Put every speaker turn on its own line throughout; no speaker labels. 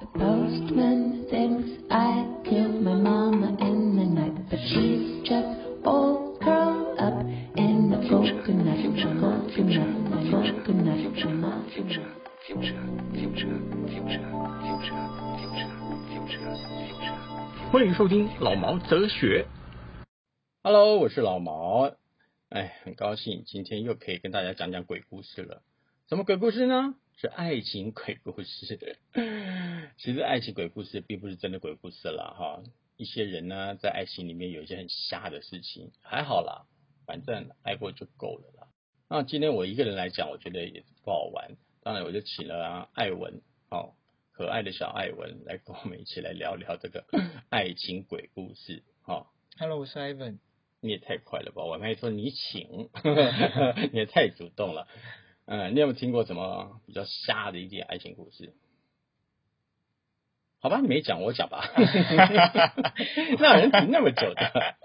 The postman thinks I killed my mama in the night, but she's just all curled up in the coconut, coconut, coconut, coconut, coconut.
Hello，
欢迎收听老毛哲学。
我是老毛。哎，很高兴今天又可以跟大家讲讲鬼故事了。什么鬼故事呢？是爱情鬼故事。其实爱情鬼故事并不是真的鬼故事啦，哈。一些人呢，在爱情里面有一些很瞎的事情，还好啦，反正爱过就够了啦。那今天我一个人来讲，我觉得也不好玩。当然，我就请了、啊、艾文，哦，可爱的小艾文来跟我们一起来聊聊这个爱情鬼故事。哦，
我是 Ivan。
你也太快了吧！我还说你请，你也太主动了。嗯，你有没有听过什么比较瞎的一点爱情故事？好吧，你没讲，我讲吧。 那有人停那么久的？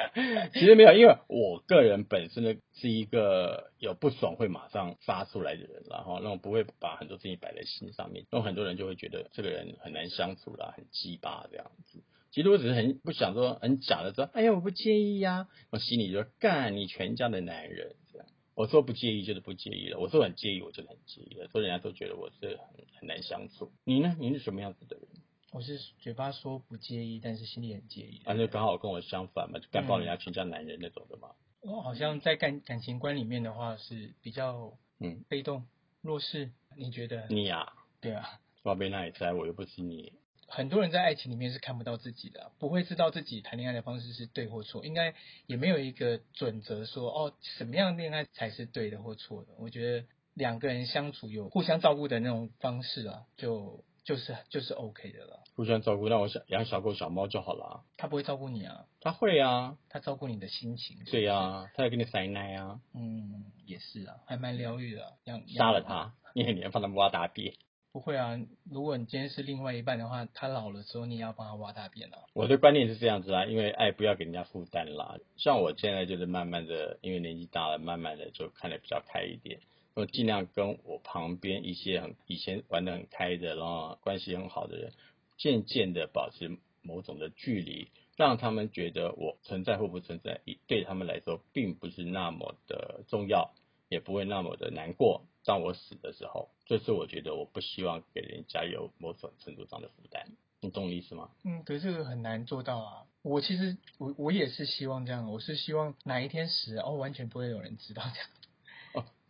其实没有，因为我个人本身呢是一个有不爽会马上发出来的人啦，然后那种不会把很多事情摆在心上面，那种很多人就会觉得这个人很难相处啦，很鸡巴这样子。其实我只是很不想说，很假的说，哎呀，我不介意呀、我心里就说干你全家的男人这样。我说不介意就是不介意了，我说很介意我就是很介意了，所以人家都觉得我是很很难相处。你呢？你是什么样子的人？
我是嘴巴说不介意，但是心里很介意。
反啊正刚好跟我相反嘛，就干爆人家全家男人那种的嘛。
我好像在感感情观里面的话是比较
嗯，
被动弱势，你觉得？
你呀、啊，
对啊，
宝贝那也在，我又不是你。
很多人在爱情里面是看不到自己的啊，不会知道自己谈恋爱的方式是对或错，应该也没有一个准则说哦，什么样恋爱才是对的或错的。我觉得两个人相处有互相照顾的那种方式啊，就就是就是 OK 的了。
互相照顾，让我小养小狗小猫就好啦。
他不会照顾你啊，
他会啊，
他照顾你的心情。
对呀、啊，他要给你塞奶啊，
嗯，也是啊，还蛮疗愈的啊、养
杀了，他，因为你要帮他挖大便。
不会啊，如果你今天是另外一半的话，他老了之后，你也要帮他挖大便啊。
我的观念是这样子啊，因为爱不要给人家负担啦。像我现在就是慢慢的，因为年纪大了，慢慢的就看得比较开一点。我尽量跟我旁边一些很以前玩的很开的，然后关系很好的人，渐渐的保持某种的距离，让他们觉得我存在或不存在，对他们来说并不是那么的重要，也不会那么的难过。当我死的时候，这是我觉得我不希望给人家有某种程度上的负担，你懂我意思吗？
嗯，可是这个很难做到啊。我其实我我也是希望这样，啊我是希望哪一天死了哦，完全不会有人知道这样。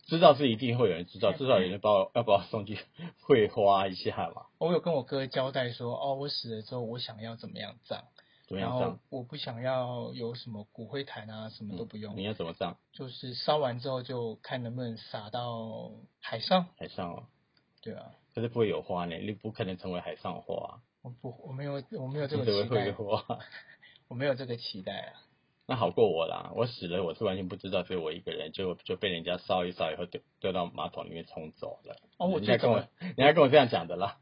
知道是一定会有人知道，至少有人把我要把我送去会花一下嘛，
我有跟我哥交代说，哦，我死了之后我想要怎么样葬，
怎么
然
样
后
葬？
我不想要有什么骨灰坛啊，什么都不用，
你要嗯怎么葬？
就是烧完之后就看能不能撒到海上。
海上哦，
对啊，
可是不会有花呢，你不可能成为海上花、啊，
我不我没有我没有这
你
个
只会
期
会
待，
花。
我没有这个期待啊。
那好过我啦，我死了我是完全不知道，只有我一个人，结果就被人家烧一烧以后丢丢到马桶里面冲走了。
哦，我
人家
最
跟
早
我，人家跟我这样讲的啦。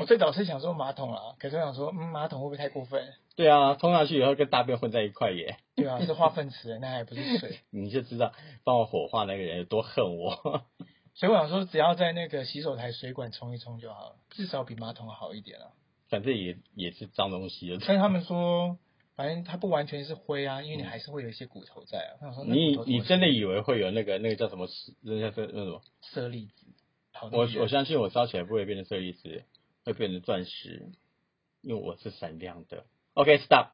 我最早是想说马桶啦，可是我想说，嗯，马桶会不会太过分？
对啊，冲上去以后跟大便混在一块耶，
对 啊，是化粪池，那还不是水。
你就知道帮我火化那个人有多恨我。
所以我想说，只要在那个洗手台水管冲一冲就好了，至少比马桶好一点啊。
反正也也是脏东西，
但是他们说，反正它不完全是灰啊，因为你还是会有一些骨头在啊。那我说那
你
骨头怎么
你真的
清
以为会有那个那个叫什么？那叫那什么？
舍利子？好
我我
想
相信我烧起来不会变成舍利子，会变成钻石，因为我是闪亮的。OK，stop、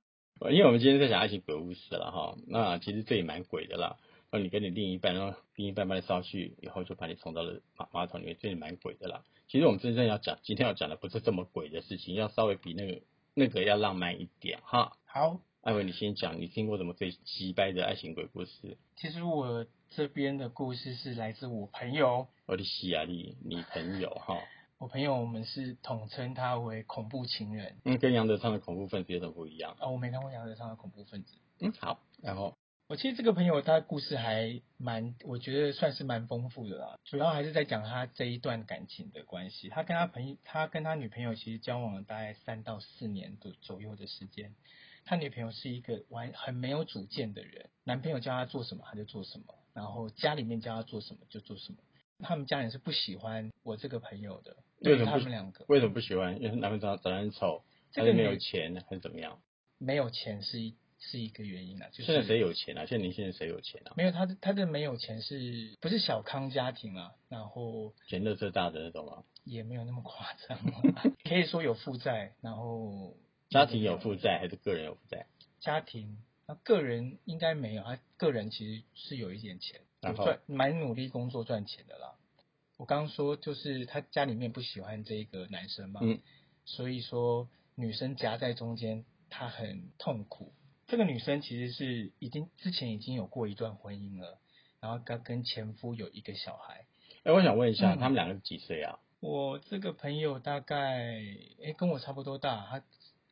因为我们今天在讲爱情鬼故事了哈，那其实这也蛮鬼的啦。那你跟你另一半，然后另一半把你烧去以后，就把你冲到了马马桶里面，这也蛮鬼的啦。其实我们真正要讲，今天要讲的不是这么鬼的事情，要稍微比那个那个要浪漫一点哈。
好。
艾文，你先讲，你听过什么最鸡掰的爱情鬼故事？
其实我这边的故事是来自我朋友，
我的西雅利，你朋友哈，
我朋友我们是统称他为恐怖情人
嗯，跟杨德昌的恐怖分子有什么不一样？
啊、我没看过杨德昌的恐怖分子。
嗯，好，然后
我其实这个朋友他的故事还蛮，我觉得算是蛮丰富的啦。主要还是在讲他这一段感情的关系。他跟他朋友，他跟他女朋友其实交往了大概三到四年左左右的时间。他女朋友是一个完很没有主见的人，男朋友叫他做什么他就做什么，然后家里面叫他做什么就做什么。他们家人是不喜欢我这个朋友的，
为
对
什
于
么
他
不
们两个
为什么不喜欢？因为男朋友长长得很丑，
这
还
个
是没有
女
钱，还是怎么样？
没有钱是一是一个原因啊，就是
现在谁有钱啊？现在年轻人谁有钱啊？
没有他的他的没有钱是不是小康家庭啊？然后
钱乐色大的那种吗？
也没有那么夸张、啊， 可以说有负债，然后
家庭有负债还是个人有负债？
家庭，那个人应该没有，他个人其实是有一点钱，
然
有
后
赚蛮努力工作赚钱的啦。我刚刚说就是他家里面不喜欢这个男生嘛，
嗯
所以说女生夹在中间，她很痛苦。这个女生其实是已经之前已经有过一段婚姻了，然后刚跟前夫有一个小孩。
哎、我想问一下，
嗯
他们两个几岁啊？
我这个朋友大概诶跟我差不多大，他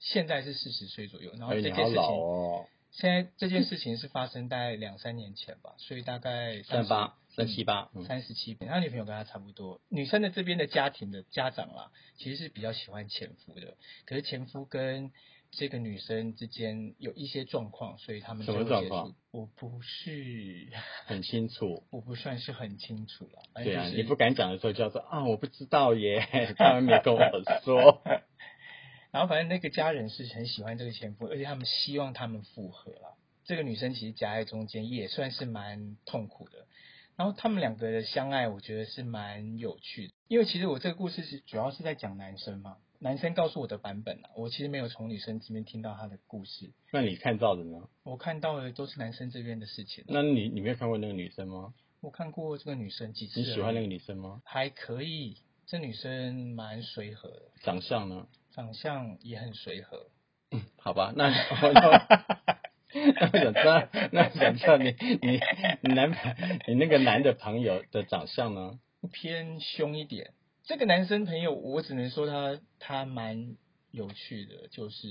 现在是四十岁左右，然后
哎、
这
你
件
好
事情、
老哦，
现在这件事情是发生在两三年前吧，所以大概
三
30
八、三七、八，嗯
三十七，他女朋友跟他差不多。女生的这边的家庭的家长啦，其实是比较喜欢前夫的，可是前夫跟这个女生之间有一些状况，所以他们
什么
最后结
状况
束？我不是，
很清楚。
我不算是很清楚啦，反正
对
哎就
啊，
是
你不敢讲的时候就要说啊，我不知道耶， 他们没跟我说。
然后反正那个家人是很喜欢这个前夫，而且他们希望他们复合了。这个女生其实夹在中间也算是蛮痛苦的。然后他们两个的相爱，我觉得是蛮有趣的，因为其实我这个故事是主要是在讲男生嘛，男生告诉我的版本啊，我其实没有从女生这边听到他的故事，
那你看到的呢？
我看到的都是男生这边的事情。啊
那你你没有看过那个女生吗？
我看过这个女生几次，
你喜欢那个女生吗？
还可以，这女生蛮随和的，
长相呢？
长相也很随和，
嗯好 吧，那我那我想知道，那我想知道你你你男朋你那个男的朋友的长相呢？
偏凶一点。这个男生朋友，我只能说他他蛮有趣的，就是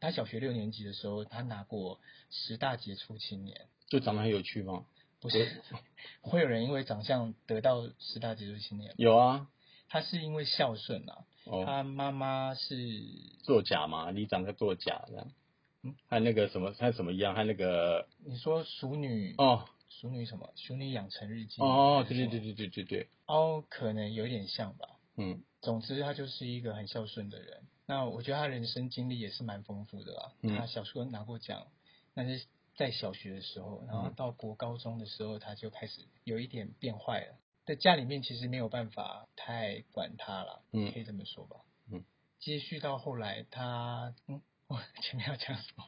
他小学六年级的时候，他拿过十大杰出青年，
就长得很有趣吗？
不是 会有人因为长相得到十大杰出青年吗，
有啊，
他是因为孝顺啊，
哦，
他妈妈是
作假嘛，你长得作假这样
嗯。
还有那个什么，还有什么一样？还有那个
你说熟女
哦
熟女什么熟女养成日记
哦，对对对对对对对，
哦，可能有点像吧。
嗯，
总之，他就是一个很孝顺的人。那我觉得他人生经历也是蛮丰富的啦。
嗯
他小时候拿过奖，但是在小学的时候，然后
嗯
到国高中的时候，他就开始有一点变坏了。在家里面其实没有办法太管他了，
嗯
可以这么说吧。
嗯，
接续到后来，他嗯， 我前面要讲什么？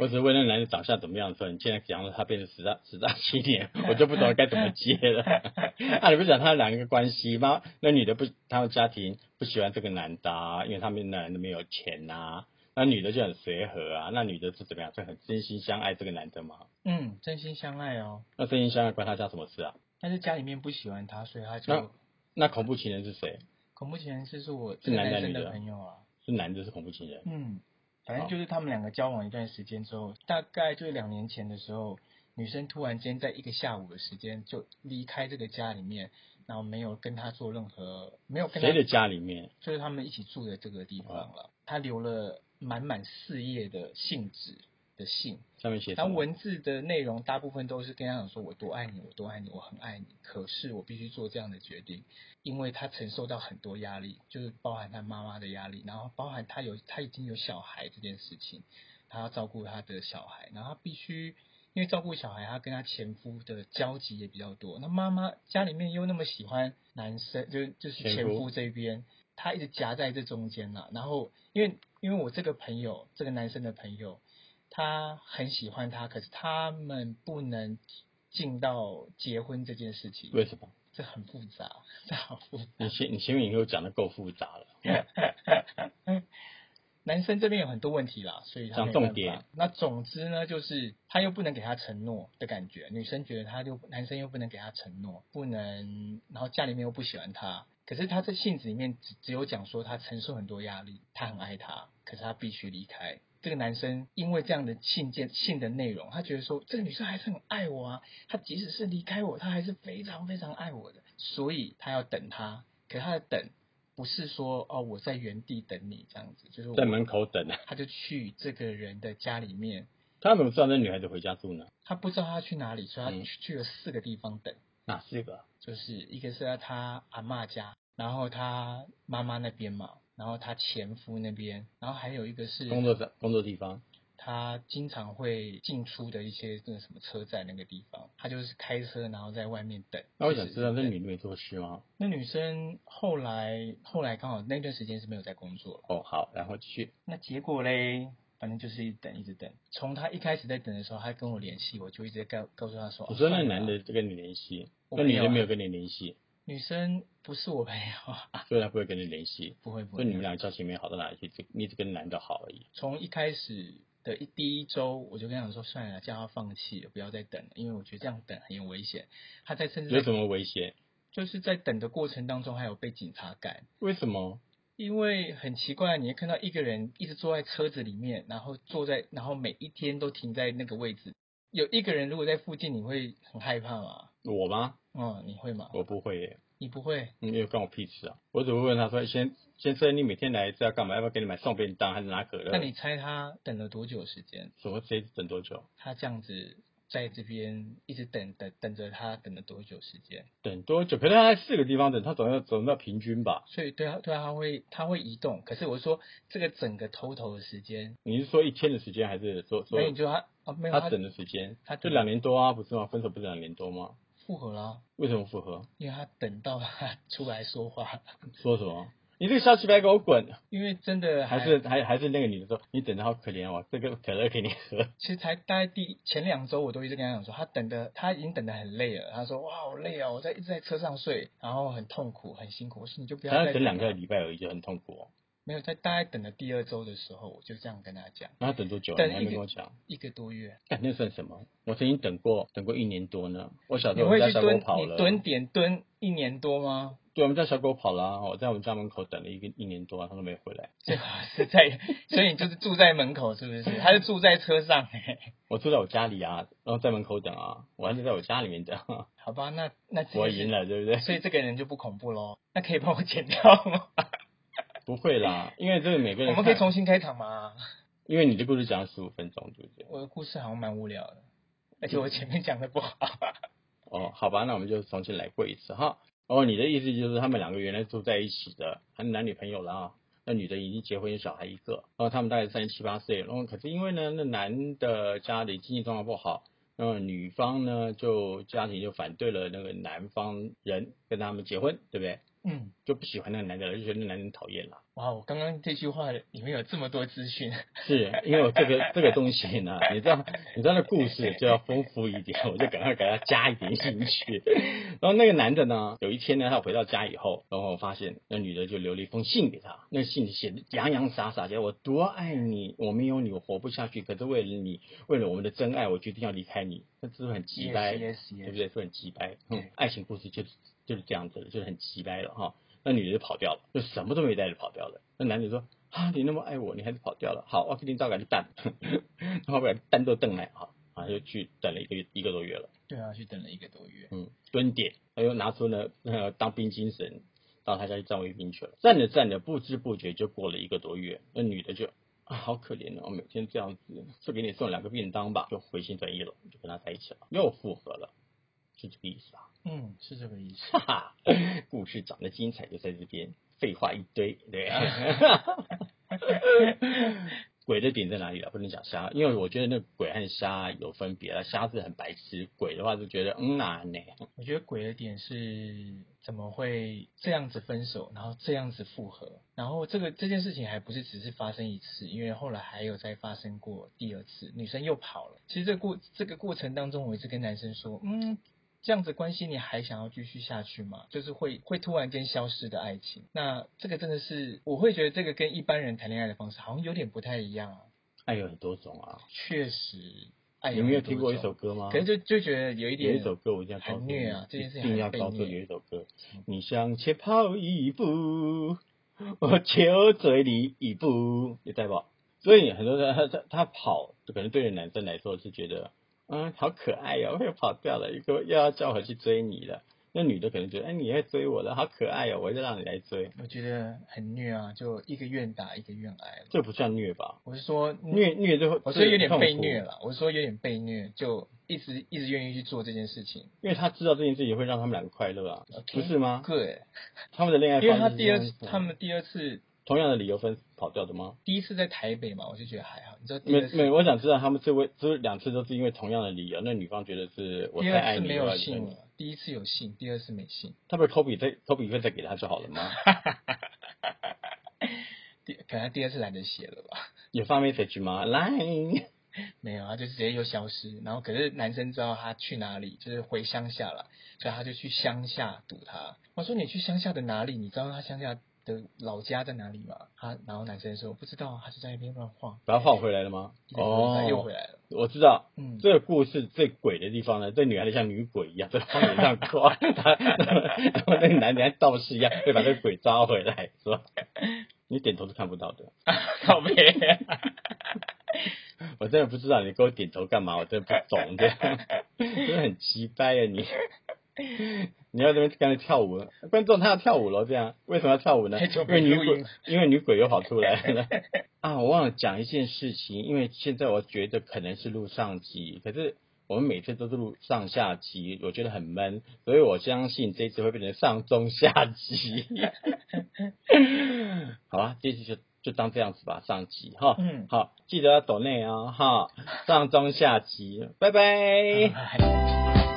我只是问那男的长相怎么样的时候，你现在讲到他变成十大十大青年，我就不懂该怎么接了。啊，你不是讲他两个关系吗？那女的不，他们家庭不喜欢这个男的、啊，因为他们男的没有钱呐、那女的就很随和啊，那女的是怎么样？是很真心相爱这个男的吗？
嗯，真心相爱哦，
那真心相爱关他家什么事啊？
但是家里面不喜欢他，所以他
那
就
那恐怖情人是谁？
恐怖情人是是我
是
这个
男的
男生
女的
的朋友啊。
是男的是恐怖情人，
嗯，反正就是他们两个交往一段时间之后，大概就是两年前的时候，女生突然间在一个下午的时间就离开这个家里面，然后没有跟他做任何，没有跟他
谁，的啊家里面？
就是他们一起住的这个地方了。他留了满满四页的信纸的信，
上面写什
然后
么？
文字的内容大部分都是跟他讲说我多爱你，我多爱你，我很爱你。可是我必须做这样的决定，因为他承受到很多压力，就是包含他妈妈的压力，然后包含他有他已经有小孩这件事情，他要照顾他的小孩，然后他必须因为照顾小孩，他跟他前夫的交集也比较多。那妈妈家里面又那么喜欢男生，就是就是
前
前
夫
夫这边，他一直夹在这中间啦、然后因为因为我这个朋友，这个男生的朋友，他很喜欢他，可是他们不能进到结婚这件事情，
为什么？
这很复杂，这好复杂。
你前你前面已经讲的够复杂了，
男生这边有很多问题啦，所以他
讲
没
重
办法
点。
那总之呢，就是他又不能给他承诺的感觉，女生觉得他就男生又不能给他承诺，不能，然后家里面又不喜欢他。可是他在信纸里面只只有讲说他承受很多压力，他很爱他，可是他必须离开。这个男生因为这样的信件信的内容，他觉得说这个女生还是很爱我啊，她即使是离开我，她还是非常非常爱我的，所以他要等她。可是他的等不是说哦我在原地等你这样子，就是我
在门口等啊。
他就去这个人的家里面，
他怎么知道那女孩子回家住呢？
他不知道他去哪里，所以他
嗯
去去了四个地方等，
哪四个？啊
就是一个是在他阿嬷家，然后他妈妈那边嘛，然后他前夫那边，然后还有一个是
工作的工作地方。
他经常会进出的一些那个什么车站那个地方，他就是开车然后在外面等。
那我
就
想
是
知道，那
等
女的没做事吗？
那女生后来后来刚好那段时间是没有在工作了，
哦，好，然后继续。
那结果嘞，反正就是一直等一直等。从他一开始在等的时候，他跟我联系，我就一直告告诉他说，
你说
哦
那
算了
男的跟你联系，
我
那女
没有
的
啊
没有跟你联系，
女生不是我朋友 啊，
所以他不会跟你联系。
不会不
所
会，
以你们俩交情没好到哪里去，只你只跟男的好而已。
从一开始的一第一周，我就跟他讲说，算了，叫他放弃了，不要再等了，因为我觉得这样等很有危险。他在甚至
有
在
什么危险？
就是在等的过程当中，还有被警察赶。
为什么？
因为很奇怪，你会看到一个人一直坐在车子里面，然后坐在，然后每一天都停在那个位置。有一个人如果在附近，你会很害怕吗？
我吗？
嗯，你会吗？
我不会耶，
你不会。
嗯，又关我屁事啊！我只会问他说：“先先生，你每天来是要干嘛？要不要给你买送便当，还是拿可乐？”
那你猜他等了多久时间？
什么谁等多久？
他这样子在这边一直等等等着他，等了多久时间？
等多久？可是他在四个地方等，他总要总要平均吧？
所以对啊，对啊，他会他会移动。可是我说这个整个 total 的时间，
你是说一天的时间，还是说说
所以你就他哦没有
他等的时间？
他
就
等
两年多啊，不是吗？分手不是两年多吗？
复合啦、
为什么复合？
因为他等到他出来说话，
说什么？你这个小乞白给我滚！
因为真的
还是还还是那个女的说，你等的好可怜哦，这个可乐给你喝。
其实才大概第前两周，我都一直跟他讲说，他等的他已经等的很累了。他说哇，好累哦，我在一直在车上睡，然后很痛苦，很辛苦。我说你就不要
他
再
要等两个礼拜而已，就很痛苦哦。
没有在大概等了第二周的时候，我就这样跟他讲，
那他等多久啊？
等
你还
一
没
个
跟我讲。
一个多月。
干那算什么？我曾经等过，等过一年多呢。我小时
你
候我
会
们家
去
小狗
蹲
跑
你
了，
蹲点蹲一年多吗？
对，我们家小狗跑了啊、我在我们家门口等了一个一年多、啊，它都没回来。
最好是在，所以你就是住在门口是不是？他就住在车上、 嘿
我住在我家里啊，然后在门口等啊，我还是在我家里面等、啊
好吧，那那这 个
我
是
赢，了，对不对？
所以这个人就不恐怖喽。那可以帮我剪掉吗？
不会啦，因为这个每个人
我们可以
看
重新开场吗？
因为你的故事讲了十五分钟，对不对？
我的故事好像蛮无聊的，而且我前面讲的不好。
哦，好吧，那我们就重新来过一次哈。哦，你的意思就是他们两个原来住在一起的，还是男女朋友了啊？那女的已经结婚，有小孩一个，然后他们大概三十七八岁，然后可是因为呢，那男的家里经济状况不好，那么女方呢就家庭就反对了那个男方人跟他们结婚，对不对？
嗯，
就不喜欢那个男的了，就觉得那男人讨厌了。
哇，我刚刚这句话里面有这么多资讯，
是因为我这个这个东西呢，你知道，你知道那故事就要丰富一点，我就赶快给他加一点进去。然后那个男的呢，有一天呢，他回到家以后，然后我发现那女的就留了一封信给他，那信里写的洋洋洒洒，写我多爱你，我没有你我活不下去，可是为了你，为了我们的真爱，我决定要离开你，那是不是很鸡 掰
Yes, yes, yes.
对不对？是不是很鸡掰？嗯
对，
爱情故事就是就是这样子的，就是很鸡掰了哈。那女的就跑掉了，就什么都没带就跑掉了。那男的说：“啊，你那么爱我，你还是跑掉了。好，我给你照改就蛋， 然后把蛋都瞪来啊，啊，就去等了一个月一个多月了。
对啊，去等了一个多月。
嗯，蹲点，他又拿出了呃当兵精神，到他家去站卫兵去了。站着站着，不知不觉就过了一个多月，那女的就啊好可怜哦，每天这样子，就给你送两个便当吧，就回心转意了，就跟他在一起了，又复合了，是这个意思啊。
嗯，是这个意
哈
思。
哈， 故事讲的精彩就在这边，废话一堆，对。 鬼的点在哪里啊？不能讲瞎，因为我觉得那鬼和瞎有分别了。瞎是很白痴，鬼的话就觉得嗯呐呢，
我觉得鬼的点是怎么会这样子分手，然后这样子复合，然后这个这件事情还不是只是发生一次，因为后来还有再发生过第二次，女生又跑了。其实这过这个过程当中，我一直跟男生说，嗯。这样子关系你还想要继续下去吗？就是会会突然间消失的爱情，那这个真的是我会觉得这个跟一般人谈恋爱的方式好像有点不太一样啊。
爱有很多种啊。
确实，爱
你没有
哎很多
听过一
种
首，歌吗？
可是就就觉得有一
有
点
一首歌我一定要告诉
很
你，
虐啊，这
一
件事情
定
很
要
被
告诉
虐
你有一首歌
嗯。
你向前跑一步，我求追你一步，你在不？所以很多人他他他跑，可能对于哦男生来说是觉得，嗯，好可爱呀、我又跑掉了，一个又要叫我去追你了。那女的可能觉得，哎，你在追我了，好可爱哦，我就让你来追，
我觉得很虐啊，就一个愿打一个愿挨了。
这不算虐吧？
我是说嗯
虐，虐就会，
我说有点被
痛苦
虐，了，我说有点被虐，就一直一直愿意去做这件事情。
因为他知道这件事情会让他们两个快乐啊
OK
不是吗？
对，
他们的恋爱
因为
方
他
式是
第二
这
次
样，子
他们第二次
同样的理由分跑掉的吗？
第一次在台北嘛，我就觉得还好。你知道第
没
二
没，
次
我想知道他们这位这两次都是因为同样的理由，那女方觉得是我
第
太爱
二次
你
没
了，
有
我要
性
你
了，第一次有性，第二次没性。
他不是科比再科比会再给他就好了 吗？
第可能他第二次懒得写了吧？
有发 message 吗？来，
没有，他啊就直接又消失。然后可是男生知道他去哪里，就是回乡下了，所以他就去乡下堵他。我说你去乡下的哪里？你知道他乡下的老家在哪里吗？他然后男生说不知道，他就在那边乱晃。
把他换回来了吗？
他又
哦
回，来了。
我知道，
嗯，
这个故事最鬼的地方呢，这女孩子像女鬼一样在荒野上 抓，她然后那个男的像道士一样会把这个鬼抓回来，是吧？你点头是看不到的，
靠背。
我真的不知道你给我点头干嘛，我真的 不懂这样，真的很奇掰啊你！你要这边跟着跳舞，观众他要跳舞了，这样为什么要跳舞呢？
太久
因
没
为女
录音
鬼，因为女鬼又跑出来 了啊！我忘了讲一件事情，因为现在我觉得可能是录上集，可是我们每次都是录上下集，我觉得很闷，所以我相信这一次会变成上中下集。好啊，这次就就当这样子吧，上集哈。
嗯
好，哦 记得要抖内啊哈，上中下集，拜拜。
哎